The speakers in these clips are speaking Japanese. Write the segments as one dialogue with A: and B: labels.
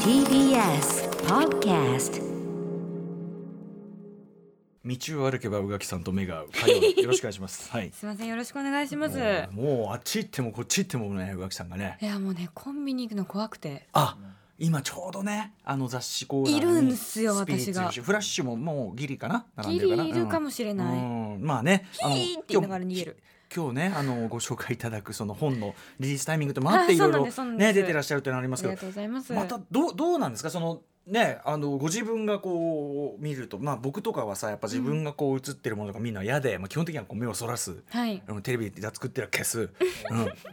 A: TBS Podcast
B: 道を歩けば宇垣さんと目が合う会話よろしくお願いします。はい。
C: すみません、よろしくお願いします。
B: もうもうあっち行ってもこっち行ってもね宇垣さんがね。
C: いや、もうね、コンビニ行くの怖くて。
B: あ、今ちょうどねあの雑誌コーナーに
C: いるんすよ
B: スピリッツ
C: 私が
B: いるしフラッシュももうギリかな並ん
C: ギ
B: でるかな。
C: リいるかもしれ
B: し
C: ない。
B: まあね。あの
C: ギリって言いながら逃げる。
B: 今日ねあのご紹介いただくその本のリリースタイミングともあって
C: あ
B: いろい
C: そうなん
B: ろ
C: ですそうなんです
B: ね出てらっしゃるというのありますけ
C: あ
B: ど
C: りがとうございます。
B: またどうどうなんですかそのねあのご自分がこう見ると、まあ、僕とかはさやっぱ自分がこう映ってるものとか見るのは嫌で、まあ、基本的にはこう目をそらす。
C: はい。
B: うんテレビで作っては消 す、うん、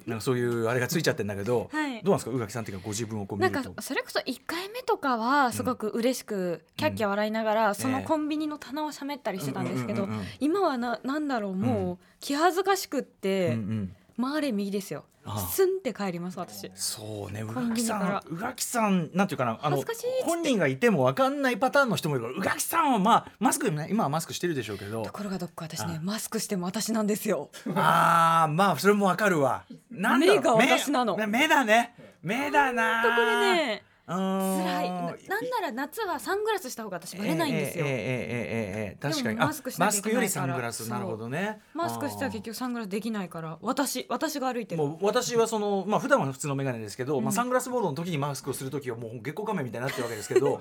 B: なんかそういうあれがついちゃってんだけど、
C: はい
B: どうなんですか宇垣さんっていうかご自分をこう見
C: なん
B: ると
C: かそれこそ1回目とかはすごく嬉しくキャッキャ笑いながら、そのコンビニの棚をしゃべったりしてたんですけど、
B: うんうんうんうん
C: 今はななんだろうもう気恥ずかしくっ
B: うんう
C: て、
B: ん、
C: 回れ右ですよ
B: ああ
C: スンって帰ります私
B: そうね宇
C: コン
B: 垣
C: ビニ
B: さ
C: か
B: ん
C: ら
B: 宇垣さんなんていうかなあの
C: 恥ずかしいっつって
B: 本人がいても分かんないパターンの人もいるから宇垣さんはまあマスクでもね今はマスクしてるでしょうけど
C: ところがどっか私
B: あ
C: ねマスクしても私なんですよ
B: あーまあそれもわかるわ。なんだろう
C: 目が私なの
B: 目目だね。目だな。
C: とこれね
B: うーん。
C: 辛いななんなら夏はサングラスした方が私バレないんですよ、
B: ええええええええええ確かに
C: でも
B: あ
C: マスクしなきゃいけな
B: マスク
C: いから
B: よりサングラスなるほどね
C: マスクしたら結局サングラスできないから私私が歩い
B: あー
C: てる
B: もう私はそのまあ普段は普通の眼鏡ですけど、まあ、サングラスボードの時にマスクをする時はもう月光仮面みたいになってるわけですけど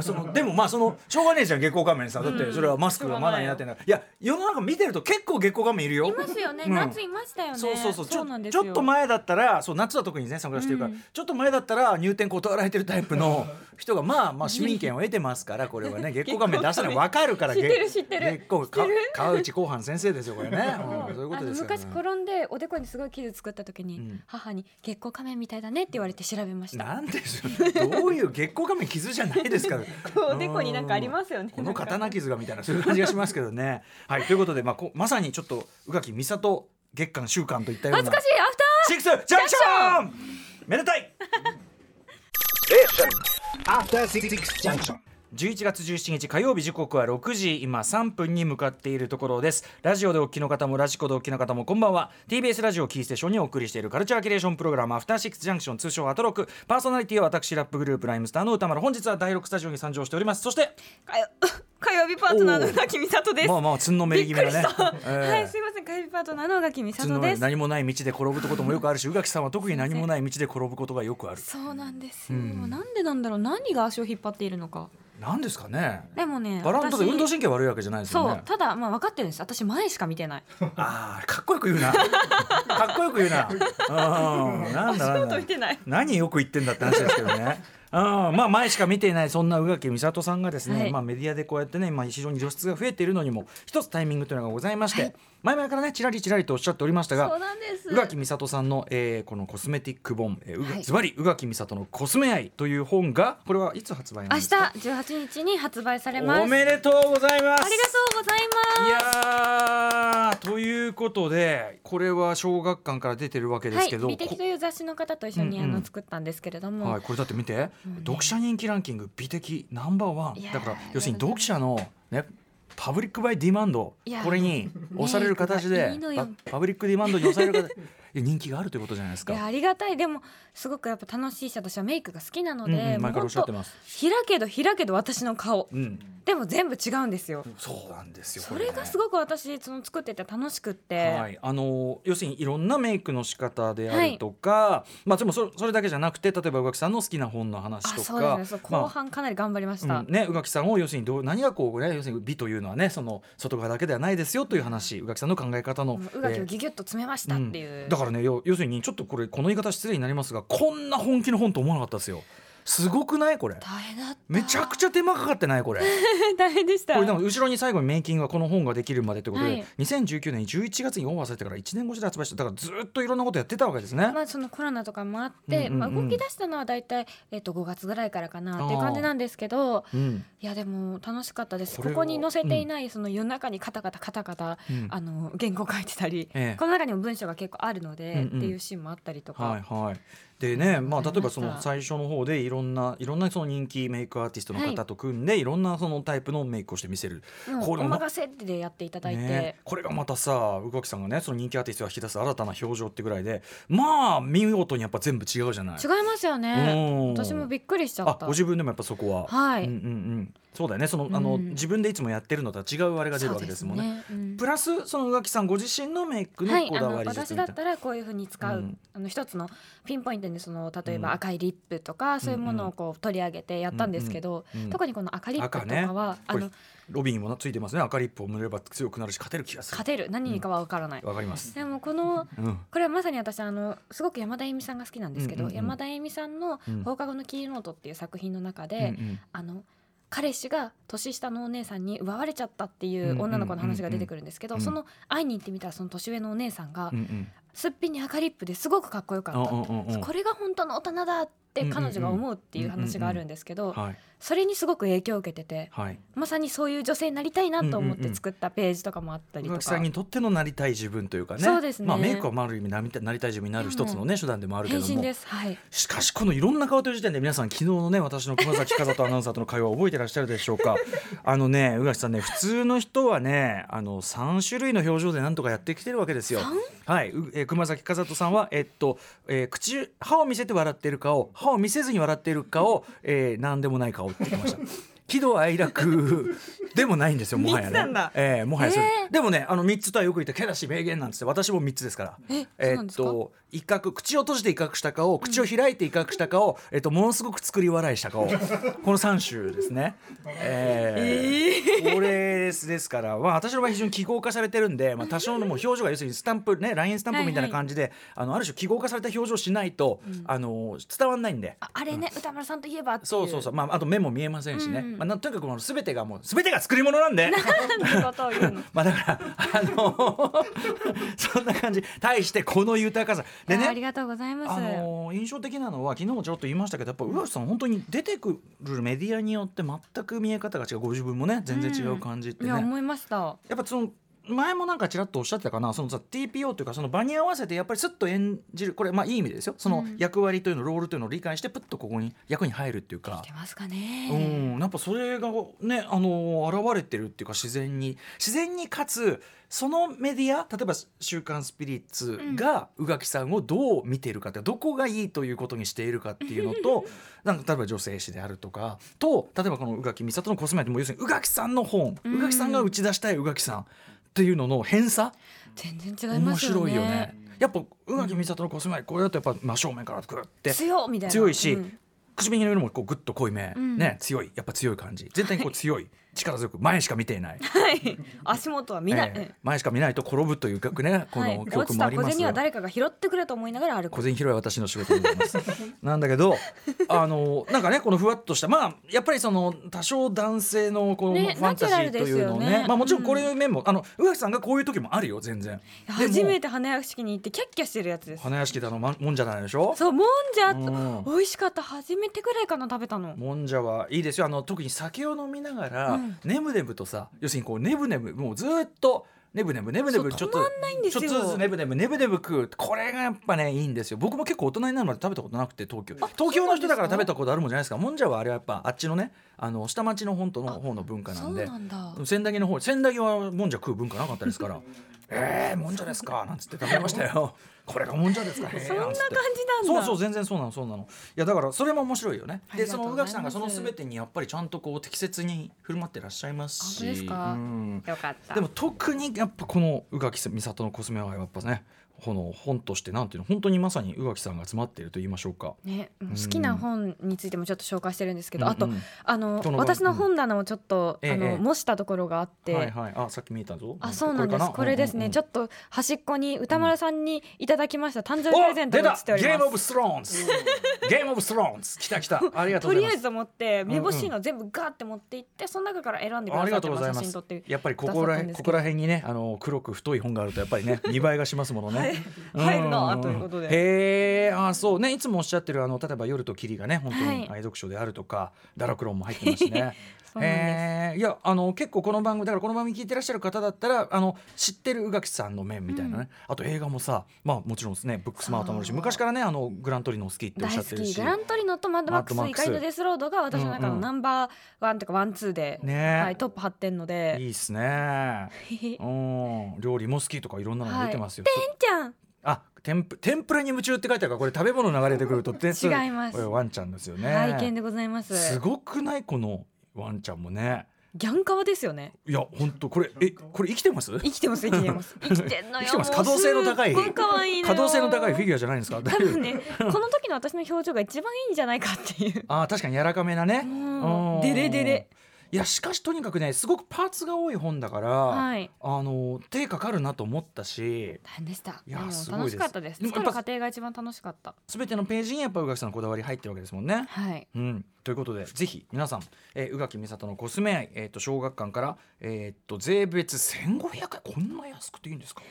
B: そのでもまあそのしょうがねえじゃん月光仮面さだってそれはマスクがまだになってない、いや世の中見てると結構月光仮面いるよ
C: いますよね、
B: うん
C: 夏いましたよね
B: そうそうそうちょ
C: なんです
B: ち
C: よ
B: ょっと前だったらそう夏は特にねサングラスしてるから、
C: うん
B: ちょっと前だったら入店断られてるタイプの人がまあまあ市民権を得てますからこれ はね月光仮面出さない分かるから
C: 知ってる知ってる
B: 月光か川内後半先生ですよこれね、 うんそういうこ
C: あ
B: と
C: の
B: ですよ
C: 昔
B: ね。
C: 転んでおでこにすごい傷作った時に、
B: うん
C: 母に「月光仮面みたいだね」って言われて調べました
B: なんでしょうどういう月光仮面傷じゃないです から
C: おでこになんかありますよね
B: この
C: な
B: 刀
C: んか
B: 傷がみたいなそういう感じがしますけど ね。はいということで、まあ、こまさにちょっと宇垣美里月間週間といったような
C: 恥ずかしいアフタ
B: シックスジャンクションめでたい
D: After Six Junction.
B: 11月17日火曜日時刻は6時今3分に向かっているところですラジオでお聞きの方もラジコでお聞きの方もこんばんは TBS ラジオキーステーションにお送りしているカルチャーキュレーションプログラムアフターシックスジャンクション通称アトロクパーソナリティは私ラップグループライムスターの歌丸本日は第6スタジオに参上しておりますそして
C: ー火曜火曜日パートナーの宇垣美里です、
B: まあまあつんのめり
C: び
B: 気
C: っく
B: 味
C: り
B: だね
C: した、
B: ええ
C: はいすいません火曜日パートナーの宇垣美
B: つんの
C: 里
B: め
C: で
B: り
C: す
B: 何もない道で転ぶこともよくあるし宇垣さんは特に何もない道で転ぶことがよくある
C: そうなんですよ、もうなんでなんだろう何が足を引っ張っているのか
B: なんですかね
C: でもね
B: バランスだって
C: 私
B: 運動神経悪いわけじゃないですよ
C: そ
B: ね
C: うただまあ分かってるんです私前しか見て ない
B: ああかっこよく言うなかっこよく言うなうんなんだなんだ
C: 足元見てない
B: 何よく言ってんだって話ですけどねうんまあ前しか見ていないそんな宇垣美里さんがですね、
C: はい
B: まあ、メディアでこうやってね、まあ、非常に露出が増えているのにも一つタイミングというのがございまして、前々からねちらりちらりとおっしゃっておりましたが
C: そうなんです
B: 宇垣美里さんの、えーこのコスメティック本「えーうが
C: はい
B: ズバリ宇垣美里のコスメ愛」という本がこれはいつ発売なん
C: 明
B: で
C: 日
B: すか
C: 18日に発売されます
B: おめでとうございます
C: ありがとうござい
B: い
C: ま。
B: やーということでこれは小学館から出てるわけですすけど、
C: はい、美的という雑誌の方と一緒に、
B: うんうん
C: あの作ったんですけれど
B: こ
C: も、
B: はい、これだって見て、読者人気ランキング美的ナンバーワン
C: いやー
B: だから要するに読者のねパブリックバイディマンド
C: いやー
B: これに押される形
C: ねえ
B: で
C: いいのよ
B: パパブリックディマンドに押される形 いや人気があるということじゃないです
C: いや
B: か。
C: ありがたいでもすごくやっぱ楽しいし私はメイクが好きなの
B: うん
C: で、
B: うん、前からおっしゃって
C: もう
B: ま
C: ほんと
B: す。
C: 開けど開けど私の顔
B: うん、
C: でも全部違うんですよ
B: そうなんですよ。
C: それがす
B: ご
C: ごく私その作ってて楽しくって、
B: はい、あの要するにいろんなメイクの仕方であるとか、まあでもそれそれだけじゃなくて例えば宇垣さんの好きな本の話
C: あ
B: と
C: そうです
B: か
C: ねそう、
B: まあ
C: 後半かなり頑張りました、
B: うん、ね宇垣さんを要するにどう何がこうね要するに美というのはねその外側だけではないですよという話宇垣さんの考え方の、
C: うがき
B: えー
C: をギュギュッと詰めましたっていう、
B: うんだからね要要するにちょっとこれこの言い方失礼になりますがこんな本気の本と思わなかったですよすごくないこれ
C: 大変だった
B: めちゃくちゃ手間かかってないこれ
C: 大変でした
B: これでも後ろに最後にメイキングはこの本ができるまでということで、
C: はい
B: 2019年11月にオーバーされてから1年越しで発売しただからずっといろんなことやってたわけですね、
C: まあ、そのコロナとかもあって、
B: うんうんうん
C: まあ、動き出したのは大体、えっと5月ぐらいからかなっていう感じなんですけど
B: うん
C: いやでも楽しかったです
B: こ
C: こ
B: れ
C: こ
B: は
C: に載せていないその夜中にカタカタカタカタ、
B: うん
C: あの原稿書いてたり、
B: ええ
C: この中にも文章が結構あるので、
B: うんうん
C: っていうシーンもあったりとか、
B: はいはいでね、まあ、例えばそ
C: わかりま
B: の
C: した
B: 最初の方でいろんないろんなその人気メイクアーティストの方と組んで、い、ろんなそのタイプのメイクをして見せる。
C: も
B: こ
C: う
B: れ
C: お
B: も
C: 任せってでやっていただいて、
B: ね、これがまたさ宇垣さんがねその人気アーティストが引き出す新たな表情ってぐらいでまあ見事にやっぱ全部違うじゃない。
C: 違いますよ
B: うん
C: ね私もびっくりしちゃ
B: あ
C: った
B: ご自分でもやっぱそこは、
C: はい
B: うんうんうん、そうだよねその、あの
C: うん
B: 自分でいつもやってるのとは違うあれが出るわけですもんね。
C: そうですうん
B: プラスその宇垣さんご自身のメイク
C: は
B: の
C: い、
B: こ
C: あ
B: だ
C: の
B: わり
C: 私だったらこういうふうに使う、
B: うん
C: あの一つのピンポイントでその例え
B: うん
C: ば赤いリップとか、そういうものをこう取り上げてやったんですけど、
B: うんうんうん
C: 特にこの赤リップとかは、あ
B: これ
C: の
B: ロビンもなついてますね赤リップを塗れば強くなるし勝てる気がする
C: 勝てる何にかは分からない、
B: わかります、
C: でもこの
B: うん、
C: これはまさに私あのすごく山田恵美さんが好きなんですけど、
B: うんうんうん
C: 山田恵美さんの
B: うん
C: 「放課後のキーノート」っていう作品の中で、
B: うん
C: あの彼氏が年下のお姉さんに奪われちゃったっていう女の子の話が出てくるんですけど、
B: うんうんうんうん
C: その会いに行ってみたらその年上のお姉さんが
B: うんうんうん
C: すっぴんに赤リップですごくかっこよかった
B: うんうんうんうん
C: これが本当の大人だって彼女が思うっていう話があるんですけど
B: はい
C: それにすごく影響を受けてて
B: はい
C: まさにそういう女性になりたいなと思っ
B: うんうんう
C: て
B: ん
C: 作ったページとかもあったり
B: 宇
C: と
B: 垣さ
C: か
B: んにとってのなりたい自分というかね
C: そうですね
B: まあ、メイクはまあある意味なりたなりたい自分になる一つのね手段でもあるけ
C: 変
B: ど
C: 身
B: も
C: ですはい
B: しかしこのいろんな顔という時点で皆さん昨日のね私の熊崎風とアナウンサーとの会話を覚えてらっしゃるでしょう かあのね宇垣さんね普通の人はねあの3種類の表情でなんとかやってきてるわけですよ。はい、うえー熊崎風人さんは、えっとえー口歯を見せて笑ってる顔歯を見せずに笑ってる顔、えー、何でもない顔って言って ました。喜怒哀楽でもないんですよもはやね。えーもはやそうですでもねあの3つとはよく言ったけだし名言なんつって私も3つですから。
C: えそうなん
B: っ
C: ですか
B: と威嚇口を閉じて威嚇した顔口を開いて威嚇した顔、えっと、ものすごく作り笑いした 顔この3種ですね。えーこれですですから、まあ、私の場合非常に記号化されてるんで、まあ、多少のもう表情が要するにスタンプね LINE スタンプみたいな感じで、あのある種記号化された表情をしないと、あの伝わんないんで。
C: ああれね歌丸さんといえばっていう
B: そうそうそう、まあ、あと目も見えませんしね、
C: うんうん
B: まあ、なんとにかくこの全てがもう全てが作り物なんで。
C: なんてことを言うの
B: まあだからあの そんな感じ対してこの豊かさで
C: ああ
B: ね
C: りがとうございます
B: あのー印象的なのは昨日もちょっと言いましたけどやっぱ浦内さん本当に出てくるメディアによって全く見え方が違うご自分もね全然違う感じって
C: い
B: ね、
C: や
B: や
C: 思いました
B: っぱその前もなんかちらっとおっしゃってたかなそのさ TPO というかその場に合わせてやっぱりスッと演じるこれまあいい意味ですよその
C: うん
B: 役割というのロールというのを理解してプッとここに役に入るっていうか
C: 出。ますか
B: う
C: ね
B: ん、やっぱそれがね、あの現れてるっていうか自然に自然にかつそのメディア例えば「週刊スピリッツ」が宇垣さんをどう見ているかってどこがいいということにしているかっていうのとなんか例えば女性誌であるとかと例えばこの宇垣美里のコスメアイテムも要するに宇垣さんの本
C: うん
B: 宇垣さんが打ち出したい宇垣さんっていうのの偏差
C: 全然違い
B: 面
C: ますよね
B: 白いよね。やっぱ宇垣美里のコスメアイテムこれだとやっぱ真正面からグッて
C: 強っみたいな
B: 強いし、
C: うん
B: 唇の色もこうグッと濃いめ、
C: うん
B: ね強いやっぱ強い感じ全体にこう強い、力強く前しか見ていない
C: はい足元は見ない、
B: ええ前しか見ないと転ぶというかねこ
C: はい
B: の曲
C: 落ち
B: もあ
C: た
B: り
C: 小
B: ます
C: 銭
B: が、
C: は誰かが拾ってくれと思いながら歩く
B: 小銭拾いは私の仕事でござい ますなんだけどあのなんかねこのふわっとしたまあやっぱりその多少男性のこのフ
C: ね
B: ァンタジーというのを
C: ナ
B: ね
C: チュラルですよね
B: まあもちろんこれいう面も、あの上垣さんがこういう時もあるよ全然
C: 初め
B: て
C: て花屋敷に行ってキャッキャしてるやつです
B: 花屋敷だのまもんじゃないでしょ
C: そうもんじゃ
B: うん
C: 美味しかった初めてぐらいかな食べたの
B: もんじゃはいいですよあの特に酒を飲みながら、
C: うん
B: ねぶねぶとさ要するにこうねぶねぶもうずーっとねぶねぶねぶねぶ
C: そう
B: ちょっと
C: 止まんないんですよ
B: ちょっとずつねぶねぶねぶねぶ食うこれがやっぱねいいんですよ僕も結構大人になるまで食べたことなくて東京東京の人だから食べたことあるもんじゃないですかもんじゃはあれはやっぱあっちのねあの下町の本当の方の文化なんで
C: んだ
B: 千駄木の方千駄木はもんじゃ食う文化なかったですから「えー、もんじゃですか」なんつって食べましたよ「これがもんじゃですか」へー
C: そんな
B: な
C: 感
B: ん
C: じ
B: つって
C: なん
B: そう
C: だ
B: そう全然そうなのそうなのいやだからそれも面白いよね
C: あり
B: で
C: がと
B: そうの
C: ご
B: 宇
C: ざい
B: 垣
C: ます
B: さんがその全てにやっぱりちゃんとこう適切に振る舞ってらっしゃいますし
C: 本当ですか
B: うん
C: よかった
B: でも特にやっぱこの宇垣美里のコスメはやっぱねこの本としてなんていうの本当にまさに宇垣さんが詰まっていると言いましょうか
C: ね、も
B: うん
C: う好きな本についてもちょっと紹介してるんですけど、
B: うんうん
C: あとあの
B: どの本
C: 私の本棚をちょっと、
B: うん
C: あの
B: ええ
C: 模したところがあって、
B: はいはいあさっき見えたぞ
C: あそうなんですこれですね、ちょ
B: っ
C: っと端っこに歌丸さんにいただきました誕生
B: と
C: 日プレゼントが映っており
B: ゲーム
C: ま
B: オブスローンズゲームオブスローンズ来た来たありが
C: す
B: とうござ
C: と
B: い
C: り
B: ま
C: あ
B: す
C: えず持ってめぼしいの全部ガーって持っていってその中から選んでくださってます写真撮って
B: やっぱりここら
C: くださったん
B: 辺
C: で
B: こ
C: すけど
B: こら辺にねあの黒く太い本があるとやっぱりね見栄えがしますものね、ね。
A: 入る
B: ん
A: なということで
B: へえ、あそうね、いつもおっしゃってるあの例えば夜と霧がね、本当に
C: は
B: 愛読書であるとか、ダラクロンも入ってますしね。
C: そうなんです
B: えーいやあの結構この番組だからこの番組聞いてらっしゃる方だったらあの知ってる宇垣さんの面みたいなね、あと映画もさまあもちろんですねブックスマートもあるし
C: そう
B: 昔からねあのグラントリノ好きっておっしゃ
C: 大好
B: ってる
C: き
B: し
C: グラントリノとマッドマックス
B: マッドマッ
C: イ
B: クス
C: カイド・デス・ロードが私の中のナンバーワンとかワンツーで、
B: ね
C: はい、トップ張ってんの
B: い
C: で
B: いっすねうん料理も好きとかいろんなのが出てますよ、
C: てんち ゃん
B: あ、天ぷ天ぷらに夢中って書いてあるからこれ食べ物流れてくると
C: 違います
B: これワンちゃんですよね。
C: 拝見でございます
B: すごくないこのワンちゃんもね。
C: ギャンカワですよね
B: いや本当これえこれ生きてます？
C: 生きてます生きてます生きてん の
B: 生
C: よ
B: きてます
C: もう
B: 可動性の高い
C: すっご可愛いのよ
B: 可動性の高いフィギュアじゃないんですか？
C: 多分ねこの時の私の表情が一番いいんじゃないかってい う
B: あー確かに柔らかめなね。うん
C: もうデレデレ。
B: いやしかしとにかくねすごくパーツが多い本だから、
C: はい
B: あの手かかるなと思ったし
C: 大変でした
B: いや
C: でも
B: すごいで
C: 楽
B: す
C: しかったです
B: でもや
C: 作
B: っ
C: る
B: ぱ
C: 過程が一番楽しかった
B: 全てのページにやっぱ宇垣さんのこだわり入ってるわけですもんね。
C: はい
B: うん、ということでぜひ皆さん、えー、宇垣美里のコスメ愛、えー、と小学館から、えー、と税別1500円こんな安くていいん ですか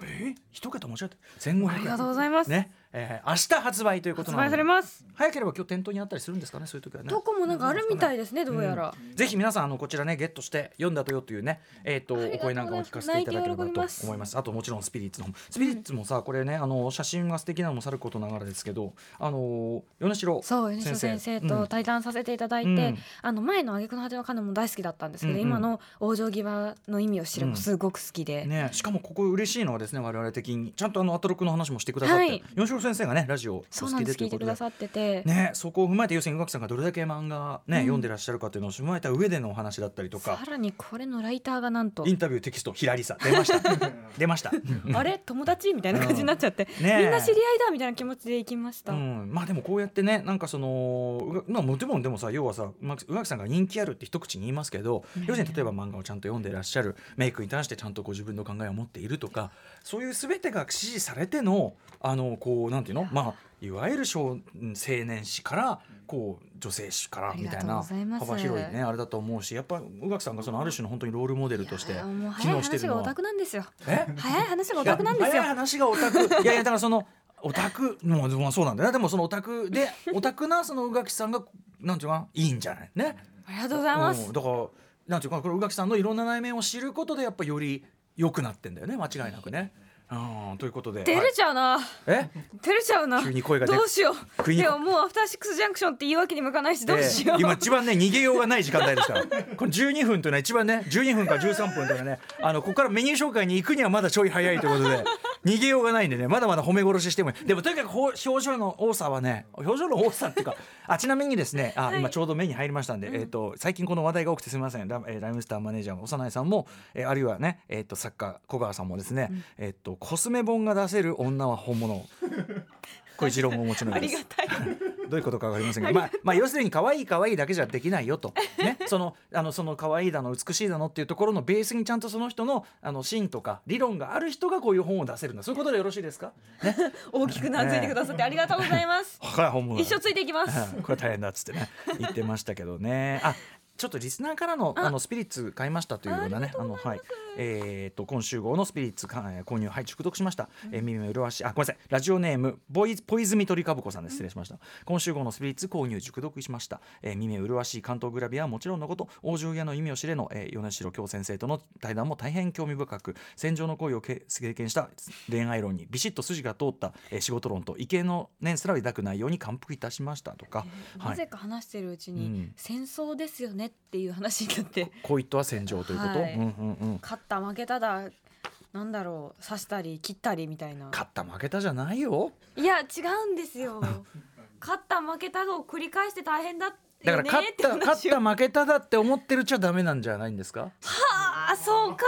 B: えー、一桁間違えて1500円
C: ありがとうございます
B: ねえー、明日発売ということ
C: 発
B: な
C: 売
B: の
C: さ
B: で
C: れます
B: 早ければ今日店頭にあったりするんですかねそういう時はね
C: どこもなんかあるみたいですねどうやら、
B: うんぜひ皆さんあのこちらねゲットして読んだとよというねえっ、と
C: ありがとう
B: お声なんかも聞かせていただければと
C: 泣いて喜び
B: 思いま
C: ます
B: すあともちろんスピリッツの方もスピリッツもさこれねあの写真が素敵なのもさることながらですけどあの米城
C: そう米代先生
B: うん
C: と対談させていただいて、
B: うん
C: あの前の「挙句の果てのカノン」も大好きだったんですけど、
B: うんうん
C: 今の「往生際」の意味を知るのすごく好きで、
B: ね、しかもここ嬉しいのはですね我々的にちゃんとあのアトロクの話もしてくださって、
C: はい
B: 四四先生がねラジオお
C: そう
B: 好
C: なん
B: きで
C: で
B: すとい
C: 聞
B: う
C: い
B: ことで
C: てくださってて、
B: ね、そこを踏まえて要するに宇垣さんがどれだけ漫画、ね
C: うん
B: 読んでらっしゃるかというのを踏まえた上でのお話だったりと
C: さ
B: から
C: にこれのライターがなんと
B: インタビューテキスト「ひらりさ」出ました 出ました。
C: あれ友達みたいな感じになっちゃって、
B: うんねえ
C: みんな知り合いだみたいな気持ちで行きました、
B: うん、まあでもこうやってねなんかそのうがまあもちろんでもさ要はさまあ宇垣さんが人気あるって一口に言いますけど
C: うん
B: 要するに例えば漫画をちゃんと読んでらっしゃるメイクに対してちゃんとご自分の考えを持っているとかそういう全てが支持されてのあのこうなんていうのまあいわゆる少青年誌からこう女性誌からみたいな
C: ありがとうございます
B: 幅広いねあれだと思うしやっぱ宇垣さんがそのある種の本当にロールモデルとして
C: いやもう
B: 機
C: 早い
B: 能して
C: 話
B: るの
C: がオ
B: は
C: タクなんですよ
B: え
C: 早い話がオタクなんで
B: い
C: す
B: や
C: よ
B: 早い話がオタク。いやいやだからそのオタクもうまあそうなんだよね。でもそのオタク でオタクなその宇垣さんがなんていうかないいんじゃないね。
C: ありがとうございます、
B: うんだからなんていうかこれ宇垣さんのいろんな内面を知ることでやっぱより良くなってんだよね間違いなくね。うんということで。
C: 照れちゃうな、
B: はいえ
C: 照れちゃうな
B: 急に声が出
C: どうしよう
B: 急に
C: でももうアフターシックスジャンクションって言うわけにもいかないしどうしよう、
B: えー今一番ね逃げようがない時間帯ですからこの12分というのは一番ね12分から13分というのはねあのここからメニュー紹介に行くにはまだちょい早いということで逃げようがないんでねまだまだ褒め殺ししてもいいでもとにかくほ表情の多さはね表情の多さっていうかあちなみにですねあ、今ちょうど目に入りましたんで、えー、と最近この話題が多くてすみませんラ,、えーライムスターマネージャーの幼いさんも、えーあるいはね、えー、と作家小川さんもですね、えー、とコスメ本が出せる女は本物これ持論をお持ちのよ
C: あ
B: うで
C: り
B: す
C: が。たい
B: どういうことかわかりませんが、まあ、まあ、要するに可愛い可愛いだけじゃできないよと。ね、 その、あの、その可愛いだの、美しいだのっていうところのベースにちゃんとその人の、あの、芯とか理論がある人がこういう本を出せるんだ。そういうことでよろしいですか。ね、
C: 大きくなついてくださってありがとうございます。
B: はい、本物
C: 一生ついていきます。
B: これ大変だっつってね、言ってましたけどね。あ。ちょっとリスナーからのあのスピリッツ買いましたというようなねあのはいえー、と今週号のスピリッツかえー購入はい熟読しました、えー、耳も麗しいあごめんなさいラジオネームボイポイズミ鳥かぶこさんです失礼しました今週号のスピリッツ購入熟読しました、えー、耳麗しい関東グラビアはもちろんのこと往生際の意味を知れの、えー、米城京先生との対談も大変興味深く戦場の恋をけ経験した恋愛論にビシッと筋が通った、えー、仕事論と意見の念すら抱く内容に感服いたしましたとか、は
C: ないぜ、か話してるうち
B: う
C: に
B: ん
C: 戦争ですよねっていう話になって
B: 恋とは戦場ということ、
C: はい
B: うんうんうん
C: 勝った負けただなんだろう刺したり切ったりみたいな
B: 勝った負けたじゃないよ
C: いや違うんですよ勝った負けたを繰り返して大変だよ
B: だから
C: ね
B: 勝
C: っ
B: ってた
C: 話
B: 勝
C: を
B: った負けただって思ってるっちゃダメなんじゃないんですか
C: ああそうか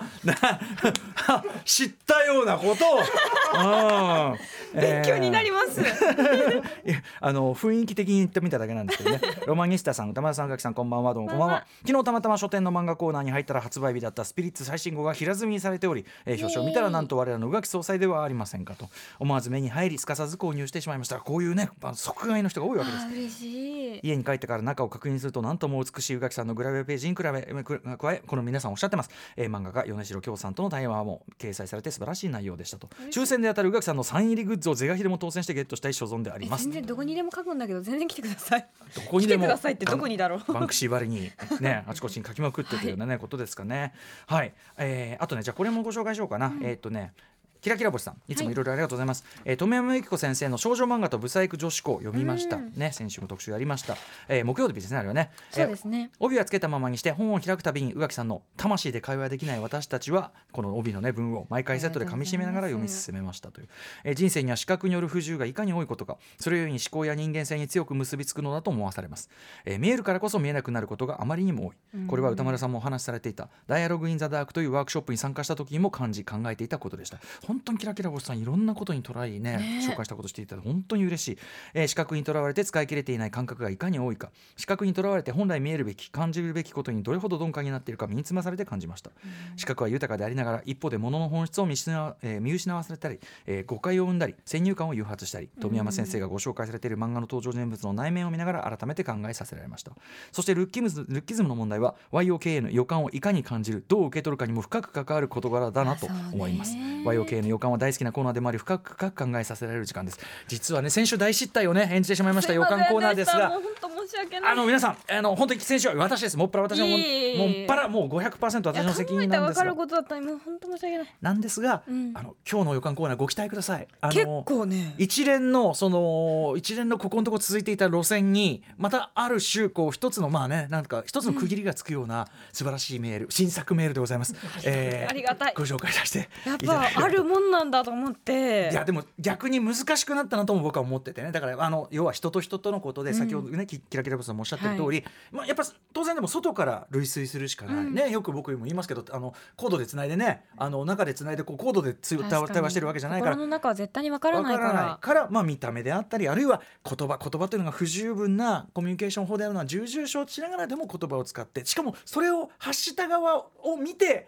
B: 知ったような ことを、うん
C: 勉強になり
B: ま
C: ま
B: す、
C: す、
B: いやあの雰囲気的に言ってみただけなんです けどねロマニスタさん歌丸さん宇垣さんこんばんはどうもこんばん
C: こんばん
B: は
C: は
B: 昨日たまたま書店の漫画コーナーに入ったら発売日だったスピリッツ最新号が平積みにされており、えー表紙を見たらなんと我らの宇垣総裁ではありませんかと思わず目に入りすかさず購入してしまいましたこういうねまあ即買いの人が多いわけです
C: あー嬉しい
B: 家に帰ってから中を確認すると何とも美しい宇垣さんのグラビアページ人比べえく加えこの皆さんおっしゃってます、えー漫画家米城京さんとの対話も掲載されて素晴らしい内容でしたと抽選で当たる宇垣さんのサイン入りグッズを是が非でも当選してゲットしたい所存であります
C: 全然どこにでも書くんだけど全然来てください
B: どこに
C: 来
B: で
C: て
B: も
C: くださいってどこにだろう
B: バンクシーばりに、 ね、あちこちに書きまくってというような、ねことですかね。はい、えーあとね、じゃあこれもご紹介しようかな。えーっとねキラキラ星さんいつもいろいろありがとうございます、えー富山由紀子先生の少女漫画とブサイク女子校を読みました、ね先週も特集やりました、えー木曜日ですねあれはね
C: そうで
B: えー
C: すね
B: 帯はつけたままにして本を開くたびに宇垣さんの「魂で会話できない私たちは」この帯のね文を毎回セットで噛み締めながら読み進めましたという、えー人生には視覚による不自由がいかに多いことかそれゆえに思考や人間性に強く結びつくのだと思わされます、えー見えるからこそ見えなくなることがあまりにも多いこれは歌丸さんもお話しされていた「ダイアログ・イン・ザ・ダーク」というワークショップに参加した時にも感じ考えていたことでした本当にキラキラ星さんいろんなことにトライね紹介したことしていただいて本当に嬉しい、えー視覚にとらわれて使い切れていない感覚がいかに多いか視覚にとらわれて本来見えるべき感じるべきことにどれほど鈍感になっているか身につまされて感じました、視覚は豊かでありながら一方で物の本質を見失わ,、えー見失わされたり、えー誤解を生んだり先入観を誘発したり富山先生がご紹介されている漫画の登場人物の内面を見ながら改めて考えさせられましたそしてルッキムズルッキズムの問題は YOKA の予感をいかに感じるどう受け取るかにも深く関わる事柄だなと思います
C: そうね
B: YOK の予感は大好きなコーナーでもあり深く深く考えさせられる時間です実はね先週大失態をね演じてしまいました予感コーナーですが
C: もう本当申し訳ない
B: あの皆さんあの本当に先週は私ですもっぱら私はもう
C: いえい
B: も
C: え
B: っぱらもう500%
C: いや
B: 私の責
C: 考え
B: 任な
C: たら
B: ん
C: 分
B: です
C: か
B: が
C: ることだった今本当申し訳ない
B: なんですが、
C: うん
B: あの今日の予感コーナーご期待くださいあの
C: 結構ね
B: 一連のその一連のここのとこ続いていた路線にまたある種こう一つのまあねなんか一つの区切りがつくような素晴らしいメール、新作メールでございます、えー
C: ありがたい
B: ご紹介させて
C: やっ
B: いただきたい
C: ぱあるもんなんだと思って
B: いやでも逆に難しくなったなとも僕は思っててねだからあの要は人と人とのことで
C: うん
B: 先ほどね、きキラキラボさんもおっしゃってる通り、まあ、やっぱ当然でも外から類推するしかない、
C: うん
B: ねよく僕も言いますけどあのコードでつないでねあの中でつないでこうコードでつ
C: 確
B: 対
C: かに
B: 話対話してるわけじゃないから
C: 心の中は絶対に分からないか
B: わかららからまあ、見た目であったりあるいは言葉言葉というのが不十分なコミュニケーション法であるのは重々承知しながらでも言葉を使ってしかもそれを発した側を見て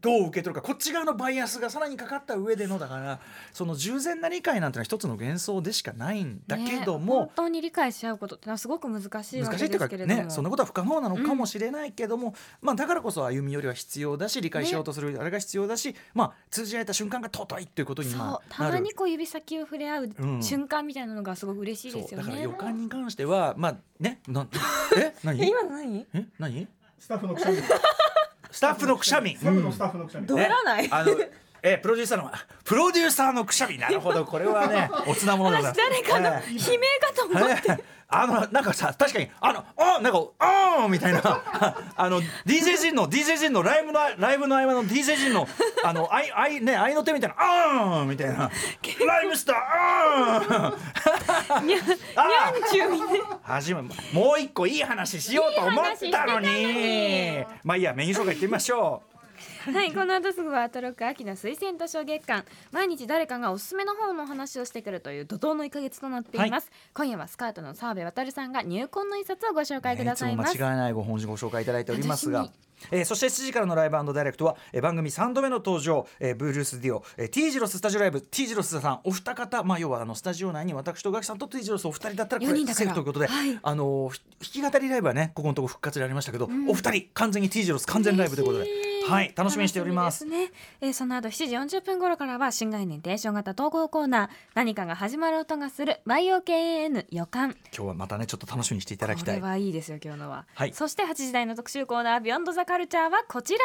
B: どう受け取るかこっち側のバイアスがさらにかかった上でのだからその従前な理解なんてのは一つの幻想でしかないんだけど
C: ね
B: も、
C: 本当に理解し合うことってのはすごく難しいわ
B: 難
C: け
B: しいという
C: です
B: か
C: けれども
B: ねそんなことは不可能なのかもしれないけども、まあ、だからこそ歩み寄りは必要だし理解しようとするあれが必要だし、まあ、通じ合えた瞬間が尊いということに
C: そう
B: まあ
C: た
B: な
C: ま
B: る
C: にこう指先を触れ合う
B: うん
C: 瞬間みたいなのがすごく嬉しい
B: そう
C: ですよ
B: だ
C: ね。
B: から予感に関してはまあねな え何
C: え今の何？
B: え何
A: スタッフのくしゃみ。
B: スタッフのくしゃみ
A: スタッフのスタッフのくしゃみ。
C: どうらない
B: あのえプロデューサーのプロデューサーのくしゃみなるほどこれは ねおつなものだな
C: 私誰かの
B: え
C: 悲鳴かと思っ
B: えあのなんかさ確かにあのあなんかあーみたいな あの DJ 陣の DJ 陣のライブのライブの合間の DJ 陣のあの愛愛ね愛の手みたいなあーみたいなライムスターあー
C: たにゃにゃ んちゅうみたいな
B: 始めもう一個いい話しようと思ったのに
C: いい話してた
B: まあいいやメニュー紹介いってみましょう
C: はい、この後すぐはアトロック秋の推薦図書月間毎日誰かがおすすめの本の話をしてくるという怒涛の1ヶ月となっています、今夜はスカートの澤部渉さんが入婚の一冊をご紹介くださいます
B: いつも間違いないご本日ご紹介いただいております
C: 楽
B: が
C: し。
B: えーそして7時からのライブダイレクトは、えー番組3度目の登場、えーブルース・ディオ、えー、T ジロススタジオライブ T ジロスさんお二方、まあ、要はあのスタジオ内に私とガキさんと T ジロスお二人だったらこ
C: 四
B: れ
C: 人だか
B: セーフ
C: ら
B: ということで、
C: はい
B: あのーひ弾き語りライブはねここのとこ復活でありましたけど、お二人完全に T ジロス完全ライブということで
C: 嬉し、
B: はい、楽しみにしております。
C: 楽しみですね、えーその後7時40分頃からは新概念提唱型統合コーナー何かが始まる音がする YOKAN 予感
B: 今日はまたねちょっと楽しみにしていただき
C: こ
B: た
C: れ
B: い。
C: はいいですよ今日のは、
B: はい
C: そして8時台の特集コーナービヨンドザカルチャーはこちら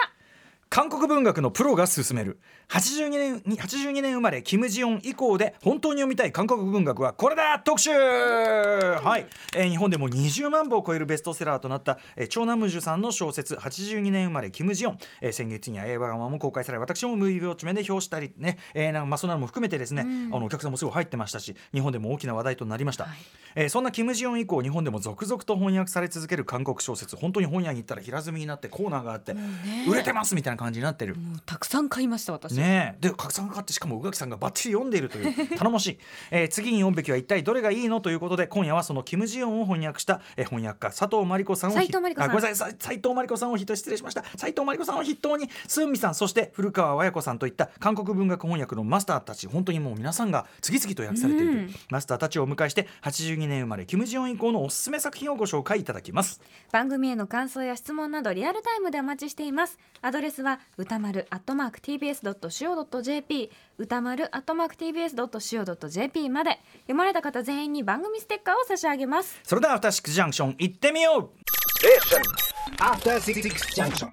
B: 韓国文学のプロが勧める82年に82年生まれキム・ジヨン以降で本当に読みたい韓国文学はこれだ特集はい、えー日本でも20万部を超えるベストセラーとなった、えー、長男ムジュさんの小説82年生まれキム・ジヨン、えー先月に映画がも公開され私も無意病地面で表したりね、えーなんかまあそんなのも含めてですね、あのお客さんもすごい入ってましたし日本でも大きな話題となりました、えーそんなキム・ジヨン以降日本でも続々と翻訳され続ける韓国小説本当に本屋に行ったら平積みになってコーナーがあって、売れてますみたいな感じになってる、
C: もうたくさん買いました私しい、
B: ねえで拡散がかかってしかも宇垣さんがバッチリ読んでいるという 頼もしい、えー次に読むべきは一体どれがいいのということで今夜はそのキム・ジヨンを翻訳した、えー翻訳家佐藤真理子さんをひ
C: 斉藤真理子さん
B: あごめんなさいさ斉藤真理子さんを筆頭失礼しました斉藤真理子さんを筆頭にスンミさんそして古川綾子さんといった韓国文学翻訳のマスターたち本当にもう皆さんが次々と訳されているという、
C: うん
B: マスターたちをお迎えして82年生まれキム・ジヨン以降のおすすめ作品をご紹介いただきます
C: 番組への感想や質問などリアルタイムでお待ちしていますアドレスは歌丸 @tbs.co.jp 歌丸 @tbs.co.jp まで読まれた方全員に番組ステッカーを差し上げます
B: それではアフターシックスジャンクション行ってみよう
D: After Six Junction.